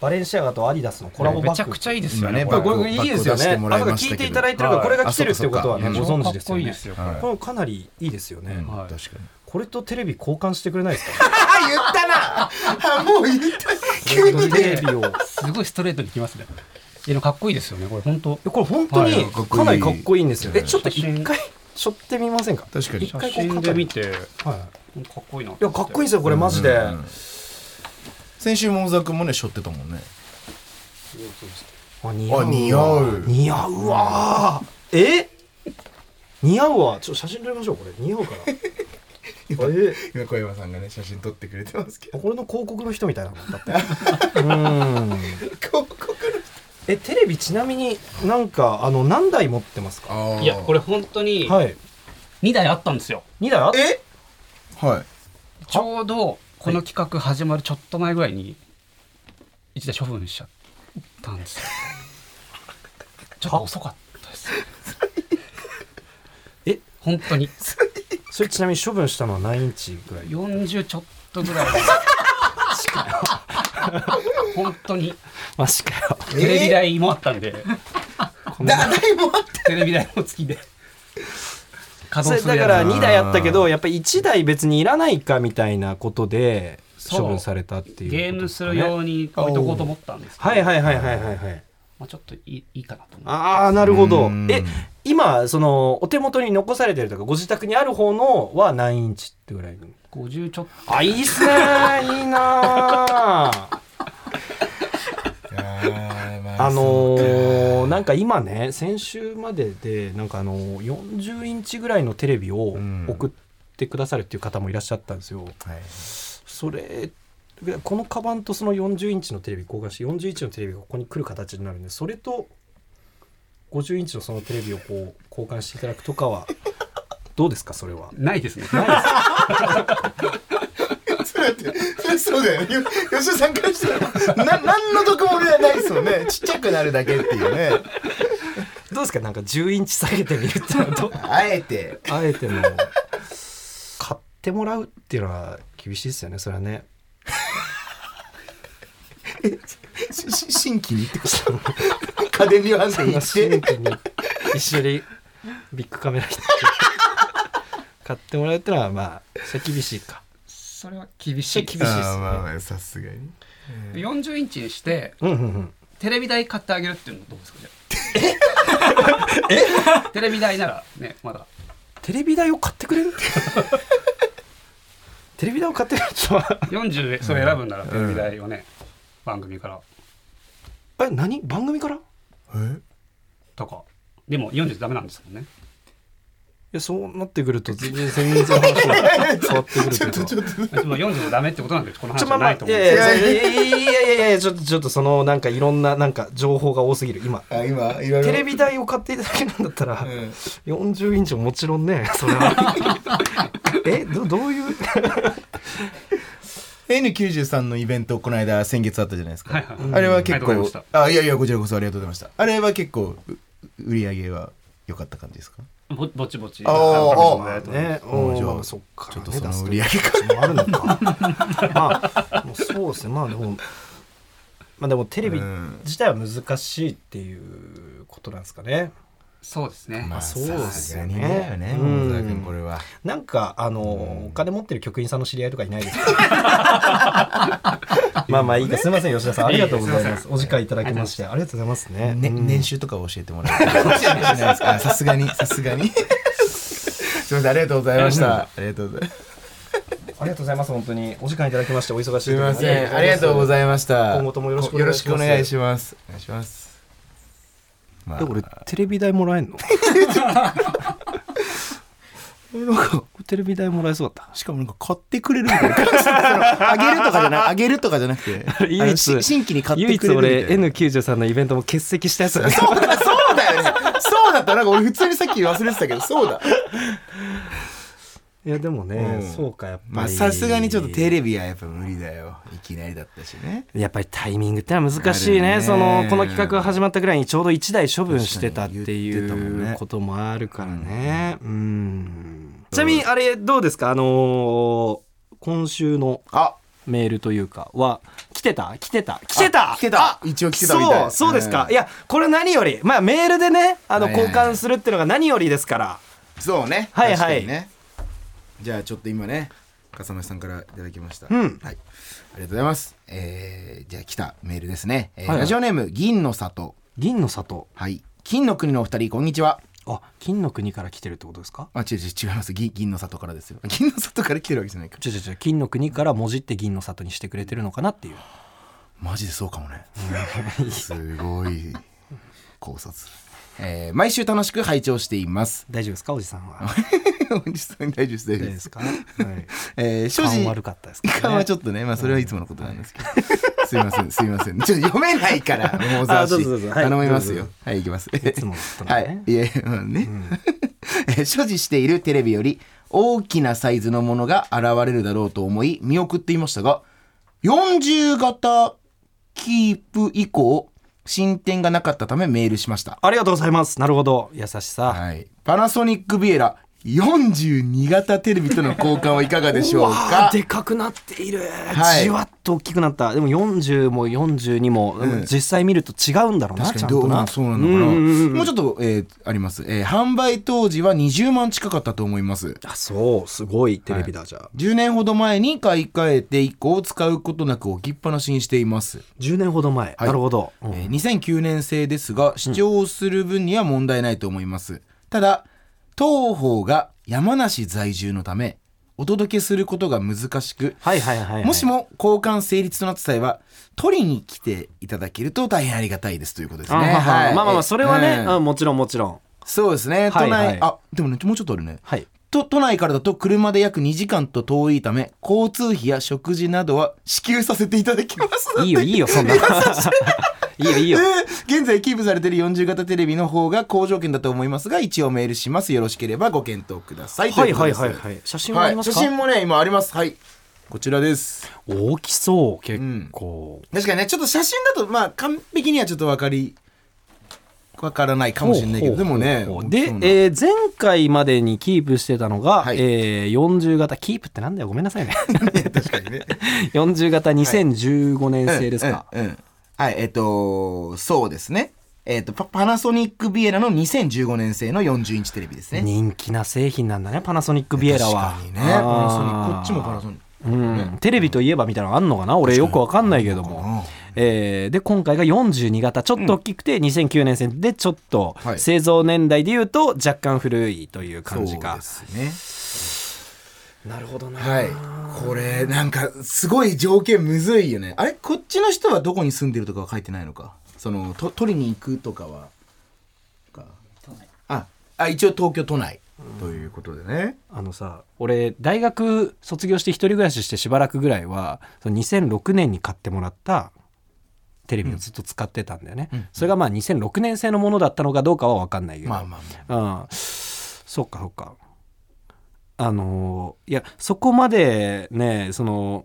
バレンシアガとアディダスのコラボバッグ
めちゃくちゃいいですよね。
今
こ
ね
れ
こ
こ
れ
れいいですよ
バッグを出して
ね。
もら
あ
い
と
ま
聞
した
い
け
て
ど
いただいてるから、
はい
これが来てるっていうことはね、
あ
ご
そっ
かそっか
存知ですよ
いや
ね。
超か
は
これかなりいいですよね。
い、うん
はい
確かに
これとテレビ交換してくれないです
あ言ったなあもう言った急
か。
に
テレ
ね
ビを。
すごいストレートにきますね。いやでもかっこいいですよね。これ本当。
これ本当
は
に
いかっこいい
かなりかっこいいんですよ。え、ちょっと
写真
一回しょってみませんか。
確かに
一
写
回こう
真で見て、
肩にはい。
本当かっこいいな。
いやかっこいいです
ぞ。
よこれマジで。
うん先週も小沢君もねしょってたもんね
あ似合う。
あ似合う
似合うわー。え？似合うわ。ちょっと写真撮りましょうこれ。似合う *laughs* から。え
今小山さんがね写真撮ってくれてますけ
*laughs* あこれの広告の人みたいなもんだって。う *laughs* ーん。
広告
えテレビちなみになんかあの何台持ってますか
あ
いやこ
れ
れ本当に
はい
2台あったんですよ。
2台あっ
えはい
ちょうどこの企画始まるちょっと前ぐらいに一台処分しちゃったんですよ。ちょっと遅かったです。
え
本当に
それちなみに処分したのは何インチぐらい
40ちょっ
*laughs*
とぐらい。本当に
マジかよ
テレビ台もあったんで。
だ誰もあって
テレビ台も付きで稼
*laughs* それ
働する
だから2
やつ
台あったけどやっぱり1台別にいらないかみたいなことで
そう
処分されたっていうこと
ゲーム
ですかね
るように置いとこうと思ったんですけど、
はいはいはいはいはいはい
まあ、ちょっといいいいかなと思って
ああなるほ
う
ど
ん
え今そのお手元に残されてるとかご自宅にある方のは何インチってぐらいの
50ちょっ
あいいっすねーいいなー *laughs* あのーなんか今ね先週まででなんかあのー40インチぐらいのテレビを
うん
送ってくださるっていう方もいらっしゃったんですよ。
はい
それこのカバンとその40インチのテレビ交換して40インチのテレビがここに来る形になるんでそれと50インチのそのテレビをこう交換していただくとかはどうですかそれは。
とないですね
ないですか
だってそりゃそうだよよ吉田さんからしたらな何の得も俺はないですもんねちっちゃくなるだけっていうね
どうですかなんか10インチ下げてみるってのはどう
あえて
あえても買ってもらうっていうのは厳しいですよねそれはね
しし新規に行ってこそ家電量販店行って
真に一緒にビッグカメラ行って買ってもらうってのはまあそれ厳しいか
それは厳し
それ
い
厳しいですね、
あーまあまあさすがに
40インチにして
うんうんうん
テレビ台買ってあげるっていうのはどうですかじゃあテレビ台ならねまだ
テレビ台を買ってくれるテレビ台を買ってくれるとは
40それ選ぶんならテレビ台をね、番組から
え何番組からい
え
とかでも40ダメなんですもん
*laughs*
ね
やそうなってくると全然全然話が変わってくる
ち
と
ょっ
いう
と
か
ちょっと
でも40もダメってことなんでこの
ちょ
話
ま
は
あま
な
あ
い
い
と思うん
やい
で
やいやいやいやいやいやちょっとちょっとそのなんかいろんななんか情報が多すぎる今
あ今いろいろ
テレビ台を買っていただけなんだったら、
うん
40インチももちろんねそれは *laughs* えどどういう
N93 のイベントこの間先月あったじゃないですか、
はいはいはい
あれは結
ありがとうご
構
ざいま
あいやいやこちらこそありがとうございましたあれは結構う売り上げは良かった感じですか
ぼぼちぼち
あー
頑張ってもらえると
ね
うんじゃあ
まあそっか
ちょっとその売り
ね
上げか
出すともあるのか *laughs* まあもうそうですねまあでもまあでもテレビ
うん
自体は難しいっていうことなんですかね
そうですね、
あそうっすよね
さがにだよね
うん
桃沢君これは
なんかあのお金持ってる局員さんの知り合いとかいないですか *laughs* まあまあいいですすいません吉田さんありがとうございますお時間いただきましてありがとうございますね
ね、
うん
年収とかを教えてもらえるかもしれないですかあ *laughs* さすがにさすがに *laughs* すいませんありがとうございましたありがとうございます
ありがとうございます本当にお時間いただきましてお忙しい
すいませんありがとうご
い
ざいました
今後ともよろしくお
よ
願
ろ
い
し
し
く
ます
お願いしますお願いしますまあ
俺テレビ代もらえんの *laughs* テレビ代もらえそうだっ
しかもなんか買ってくれるみたいな感じそのあげるとかじゃ *laughs* ないあげるとかじゃなくて
唯一
あのし新規に
た
買って
唯
く
一
れるみ
俺
たいな
N93 のイベントも欠席したやつだから
*laughs* そうだそうだよねそうだったなんか俺普通にさっき忘れてたけどそうだ
*laughs* いやでもね、
*laughs* うん
そうかやっぱり
まあさすがにちょっとテレビはやっぱ無理だよいきなりだったしね
やっぱりタイミングってのは難しいね
あるね
そのこの企画が始まったぐらいにちょうど1台処分してたって
確かに言ってたもん
い
ね
うこともあるからねうんちなみにあれどうですかあのー今週の
あ
メールというかは来てた来てた来てた
来てた一応来てたみたい
そうそうですか、
うん
いやこれ何よりまあメールでねあの
はいはい
交換するっていうのが何よりですから、
そうね
はいはい
確かにねじゃあちょっと今ね笠間さんからいただきました、
うん
はい、ありがとうございます、えー、じゃあ来たメールですね、えー
はいはい
ラジオネーム銀の里
銀の里
はい金の国のお二人こんにちは
あ金の国から来てるってことですか
あ、違う違う違います。銀銀の里からですよ。 *laughs* 銀の里から来てるわけじゃないか。
違う違う違う金の国からもじって銀の里にしてくれてるのかなっていう
マジでそうかも
*laughs*
ね。すごい考察。えー毎週楽しく拝聴しています。 *laughs*
大丈夫ですかおじさんは
本日大丈夫です。大
大
丈
丈
夫で
夫です
*laughs*
す。か、はい、
えー、正
勘
直、
悪かったですか、ね、
勘はちょっとね、まあそれはいつものことなんですけど。すいません、すいません。ちょっと読めないから、もう
*laughs* あ
雑
どう
誌
ぞどうぞはい
頼みます
どう
よ
ぞ。
はい、いきます。
いつものことなんでね
はい、いえ、まあね。 *laughs* えー所持しているテレビより大きなサイズのものが現れるだろうと思い見送っていましたが40型キープ以降進展がなかったためメールしました、
ありがとうございますなるほど優しさ、
はい、パナソニックビエラ42型テレビとの交換はいかがでしょう
わ
か
あでかくなっている、
はい
じわっと大きくなったでも40も42も、
ん
実際見ると違うんだろうな
確かに
ちゃ
ど
ん
う
と
な
なん
そうなのかな
うんうんうん
もうちょっと、えーあります、えー販売当時は20万近かったと思います
あそうすごいテレビだ、じゃあ
10年ほど前に買い替えて以降使うことなく置きっぱなしにしています
10年ほど前、
はい
なるほど、
えー2009年製ですが視聴する分には問題ないと思います、ただ当方が山梨在住のためお届けすることが難しく、
はいはいはい、はい、
もしも交換成立となった際は取りに来ていただけると大変ありがたいですということです
あ
ね、
はは
はい
まあまあまあそれはね、
うん
うんもちろんもちろん
そうですね都
はい
内、
はい
あでもねもうちょっとあるね
はい
都都内からだと車で約2時間と遠いため交通費や食事などは支給させていただきます
いいよいいよそんない *laughs* いよい
*laughs*
いよ
で現在キープされている40型テレビの方が好条件だと思いますが一応メールしますよろしければご検討ください
はいはいはい
とうこと
は
で
い
す
写真はありますか、
はい、写真もね今ありますはいこちらです
大きそう結構、
確かにねちょっと写真だとまあ完璧にはちょっと分かりわからないかもしれないけどでもね
ほうほうほう
で、
そうなん
えー前回までにキープしてたのが、
はい
えー40型キープってなんだよごめんなさいね *laughs*
確かにね
40型2015年製ですか、
うんうんうんはいえっ、とそうですねえっ、とパパナソニックビエラの2015年製の40インチテレビですね
人気な製品なんだねパナソニックビエラは
確かにねパナソニックこっちもパナ
ソ
ソニック
ニック、うん、テレビといえばみたいなのあんのかな俺よくわかんないけども、えーで今回が42型ちょっと大きくて2009年製でちょっと
はい
製造年代でいうと若干古いという感じ
そう
か、
ですね
なるほどね
はいこれなんかすごい条件むずいよねあれこっちの人はどこに住んでるとかは書いてないのかそのと取りに行くとかはかああ一応東京都内ということでね
あのさ俺大学卒業して一人暮らししてしばらくぐらいはその2006年に買ってもらったテレビをずっと使ってたんだよね、それがまあ2006年製のものだったのかどうかは分かんないけど、
まあまあ
うん、そうかそうかあのーいやそこまでねその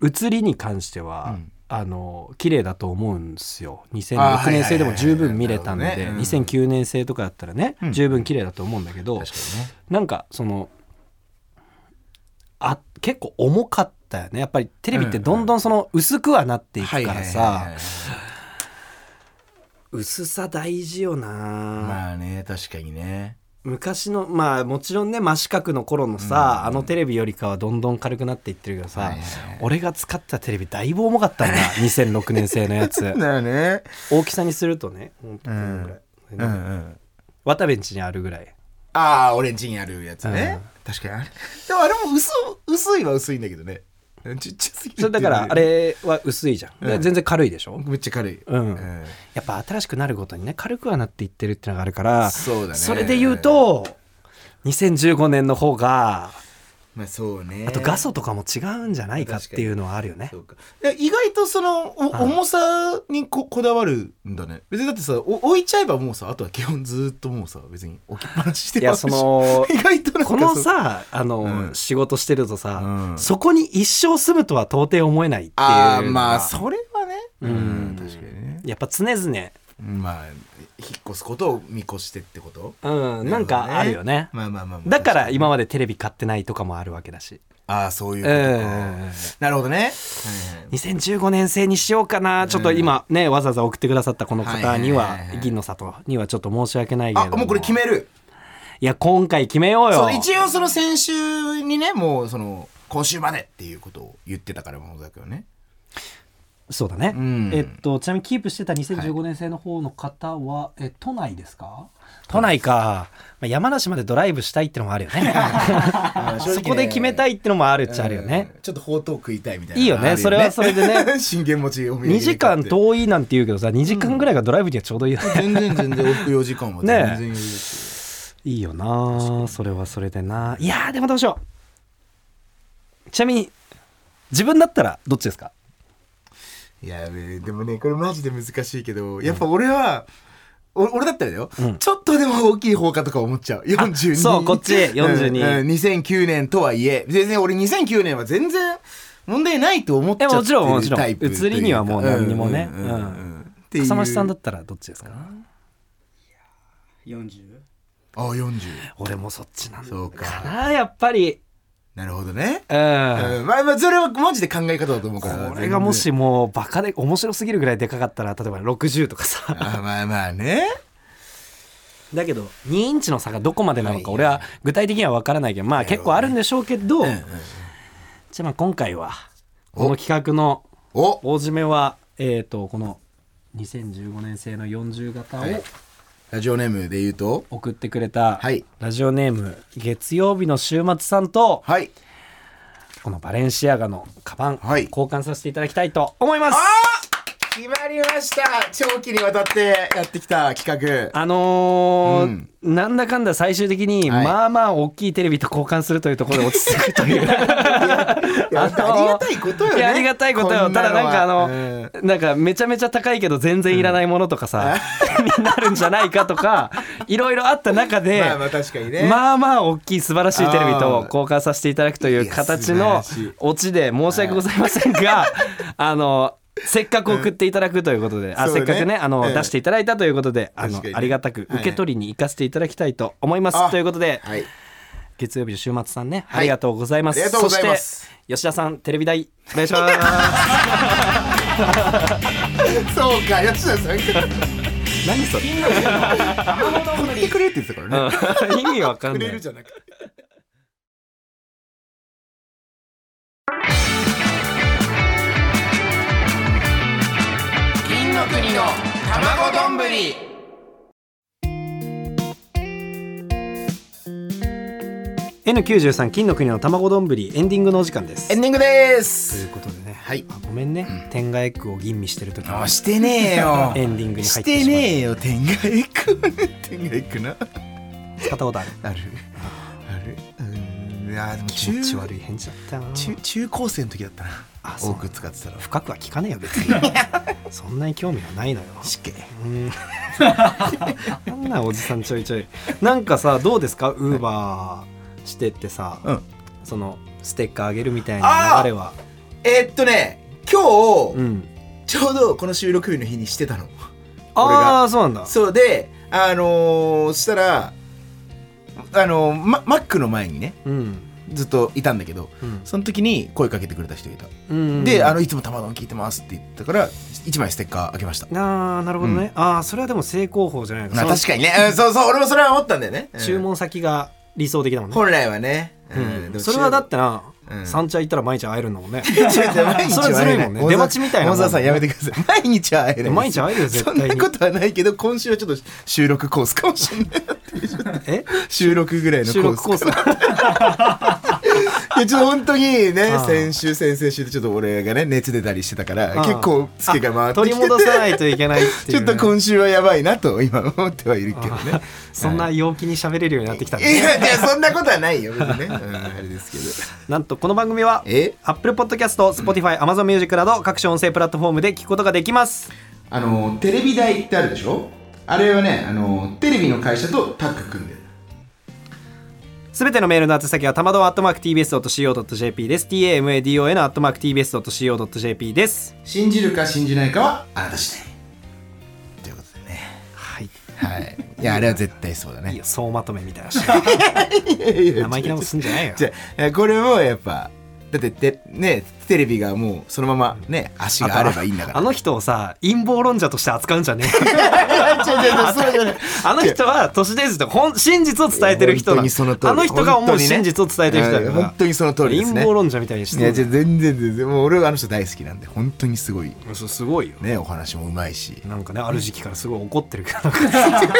写りに関しては、
うん
あのー綺麗だと思うんですよ
あーは
2006
いはい
年
はい
製でも十分見れたんで、
なるほどねうん
2009年製とかだったらね、
うん
十分綺麗だと思うんだけど、
まあ確かにね
なんかそのあ結構重かったよねやっぱりテレビってどんどんその薄くはなっていくから
はいはいは
さ
いはい
薄さ大事よな、
まあね確かにね
昔のまあもちろんね真四角の頃のさ、あのテレビよりかはどんどん軽くなっていってるけどさ、
いはいはい
俺が使ってたテレビだいぶ重か
*laughs*
ったな2006年製のやつ
だよね
大きさにするとねほんとこのぐらい、
うんうん
渡部んちにあるぐらい
ああオレンジにあるやつね、確かにあれでもあれも薄薄いは薄いんだけどねちっちゃすぎる
それだからあれは薄いじゃん、で
うん
全然軽いでしょ、
めっちゃ軽い、
うん
うん
やっぱ新しくなるごとにね軽くはなっていってるってのがあるから
そうだね
れで言うと2015年の方が
まあそうね
あと画素とかも違うんじゃないかっていうのはあるよね
そうかで意外とそのお重さにここだわるんだね別にだってさお置いちゃえばもうさあとは基本ずーっともうさ別に置きっぱなしして
いや
あるし
その
*laughs* 意外となんか
このさあの、
うん
仕事してるとさ、
うん
そこに一生住むとは到底思えないっていうのが
ああまあそれはね
うん
確かにね
やっぱ常々、
まあ引っ越すことを見越してってこと
うん、なんかあるよね
まあまあまあまあ
だから今までテレビ買ってないとかもあるわけだし、
ああそういう
う
こ
ん
とかなるほどね
2015年製にしようかなちょっと今ねわざわざ送ってくださったこの方に
はい
は
はいはいはい
銀の里にはちょっと申し訳ないけれ
あ
ども
もうこれ決める
いや今回決めよう
そう
よ
一応その先週にねもうその今週までっていうことを言ってたから桃沢君はね
そうだね、
うん
えっとちなみにキープしてた2015年製の方の方は、え都内ですか都内か、まあ、山梨までドライブしたいってのもあるよ *laughs* ねそこで決めた
い
いってのもあるっちゃあるよね、
ちょっとほうとう食いたいみたいない
いよねそれはそれでね
*laughs* 信玄餅お土産
2時間遠いなんて言うけどさ2時間ぐらいがドライブにはちょうどいいよね、
全然全然往復4時間は全
ねえ
然余裕です
いいよなそれはそれでないやーでもどうしようちなみに自分だったらどっちですか
いやべえでもねこれマジで難しいけどやっぱ俺は、お俺だったらだよ、
うん
ちょっとでも大きい方かとか思っちゃう42
そうこっち
う
42
んうん2009年とはいえ全然俺2009年は全然問題ないと思っちゃって
えもちろんもち
る
ろん
タイプというか
移りにはもう何にもね
うんうんうんうん
うん
っていう
笠間さんだったらどっちですか
40
あ40
俺もそっちなんだ
そう
か
か
なやっぱり
なるほどね
うん、
うんまあまあそれはマジで考え方だと思うから
これがもしもうバカで面白すぎるぐらいでかかったら例えば60とか
全
さ
然あまあまあね
だけど2インチの差がどこまでなのか俺は具体的には分からないけどまあ結構あるんでしょうけど、じゃあまあ今回はこの企画の
お
大締めはえっ、とこの2015年製の40型を
はいラジオネームで言うと
送ってくれた
はい
ラジオネーム月曜日の週末さんと
はい
このバレンシアガのカバン
はい
交換させていただきたいと思います、
あ決まりました長期にわたってやってきた企画
あのー
う
なんだかんだ最終的に、
はい
まあまあ大きいテレビと交換するというところで落ち着くという。
いやありがたいことよ
い
ね
やありがたいことよ。ただなんかあの、なんかめちゃめちゃ高いけど全然いらないものとかさ、になるんじゃないかと
*laughs*
か、いろいろあった中で、
まあまあ確かにね
まあまあ大きい素晴らしいテレビ
あ
と
ー
交換させていただくという形
いや
の
素晴らしい
オチで申し訳ございませんが、あの、せっかく送っていただくということで、あ
そうね
せっかくねあの、
ええ
出していただいたということであ
確
の
かにね
ありがたく受け取りに行かせていただきたいと思います、
はい
ということで、
はい
月曜日の週末さんね、
はい
ありがとうございます
ありがとうございます
そして吉田さんテレビ台お願いします
そうか吉田さん何それ振ってくれって言ってたからね
うん意味わかん
く
な
れる
い
じゃなくて。金の国の卵丼ぶり。
*laughs* N93 金の国の卵丼ぶりエンディングのお時間です
エンディングで
とい
す
う。ことでね、
はい
あごめんね、天外区を吟味してる時に
あしてねえよ。
エンディングに入
し
って
て
しまう
ねえよ天外く *laughs* 天外くな。
使ったことある
あるある。うん。あでも
気
中
持ち悪い返事だったな
中中高生の時だったな。
あそう
多く使ってたら。
深くは聞かねえよ別にそんなに興味はないの
*laughs*
よ
しけ。
うん *laughs* なんなおじさんちょいちょいなんかさどうですかウーバーしてってさ、
うん
そのステッカーあげるみたいな流れは
えーっとね今日、
うん
ちょうどこの収録日の日にしてたの。俺
あ
が
あそうなんだ
そうであのー、したらあのーママックの前にね
うん
ずっといたんだけど
うん
その時に声かけてくれた人がいた、
うん
であのいつも玉丼聞いてますって言ったから1枚ステッカーあげました、
あーなるほどね、ああそれはでも正攻法じゃないの
まあ、
その
確かにね、うんそうそう俺もそれは思ったんだよね、うん
注文先が理想的だもんね、
本来はね、
うん
でも
それはだってな、
うん
三茶行ったら毎日会えるんだもんね
違う違う毎日は
*laughs* それずるいもんね
会え
出待ちみたいなもん
小沢さんやめてください毎日は会えない
毎日会えるよ絶
そ
対
ん
に
なことはないけど今週はちょっと収録コースかもしれない
え
収録ぐらいのコース
収録コース
*laughs* いやちょっと本当にね
ああ
先週先々週でちょっと俺がね熱出たりしてたから
ああ
結構ツケが回って
取
き
り
て
戻さないといけないって
*laughs*
い
ちょ
う
っ
ね、
と今週はやばいなと今思ってはいるけどね
そんな陽気に喋れるようになってきたん
い
で、
やいやそんなことはないよ別
*laughs*
にね、うん、あれです
なんとこの番組は
けどえ
Apple Podcast、Spotify、Amazon Music など各種音声プラットフォームで聞くことができます。
あのテレビ台ってあるでしょあれはねあのテレビの会社とタッグ組んでる
すべてのメールの宛先はたまどアットマーク TBS.CO.JP です。TAMADON アットマーク TBS.CO.JP です。
信じるか信じないかはあなた次第ということでね
はい。
はいいやあれは絶対そうだ
いい
ね
よ、総まとめみたいなし。 *laughs* 生
生
意気なことすんじゃないよ。
じゃあこれもやっぱだっててねテレビがもうそのままね足 *laughs* があればいいんだか
あ
ら。
の人をさ、陰謀論者として扱うんじゃね
*laughs* あ
え。あの人は都市伝説と本真実を伝えてる人
本
だ。
当にその通り
あの人が思
本
う
当にね
真実を伝えてる人だから。
本当にその通りですね
陰謀論者みたいにし
いや
て
じゃ
る
あ。全然全然もう俺はあの人大好きなんで本当にすごい
そうすごいよ。
ねお話もうまい
*laughs*
し。
なんかねある時期からすごい怒ってるからなんかなん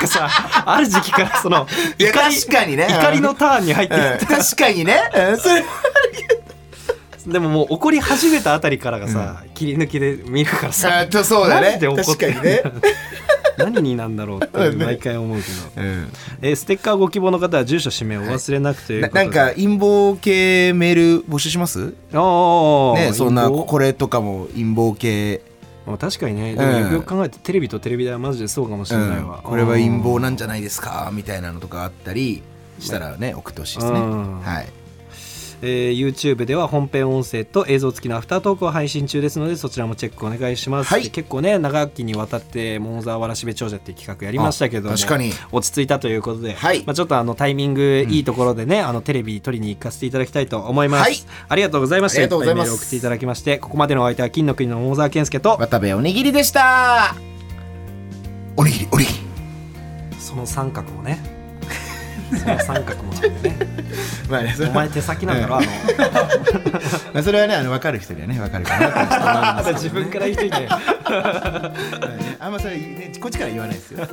かさある時期からその
いや
怒り
確かにね
怒りのターンに入っ
う
て
ん
き
確かにね。うんそれ
てでももう怒り始めたあたりからがさ、切り抜きで見るから
あ
さ
とそうだ
なん
ね。
で怒っ
確か
て
にね。
何になんだろうっていう毎回思うけ *laughs* ど、
うん
えーステッカーご希望の方は住所氏名をお忘れなくという
な
ことで、
なんか陰謀系メール募集します？
おー
ねそんな
陰謀
これとかも陰謀系。
まあ確かにねでもよくよく考えてテレビとテレビ台はマジでそうかもしれないわ、
うん、これは陰謀なん
ゃ
じゃないですかみたいなのとかあったりしたらね送ってほしいですね、
うん
はい
えー YouTube では本編音声と映像付きのアフタートークを配信中ですのでそちらもチェックお願いします、
はい
結構ね長きにわたって「桃沢わらしべ長者」っていう企画やりましたけども
あ確かに
落ち着いたということで、
はい
まあ、ちょっとあのタイミングいいところでね、あのテレビ取りに行かせていただきたいと思います、
はい
ありがとうございました
ありがとうございます
っぱメール送っていただきましてここまでのお相手は金の国の桃沢健介と
渡部おにぎりでしたおにぎりおにぎり
その三角もね *laughs* その三角もあってね
まあねそ
お前手先なんだろあの
まあそれはねあの分かる人にはね分かるかなと思います *laughs*
自分から言っといて
あんまそれ、ね、こっちから言わないですよ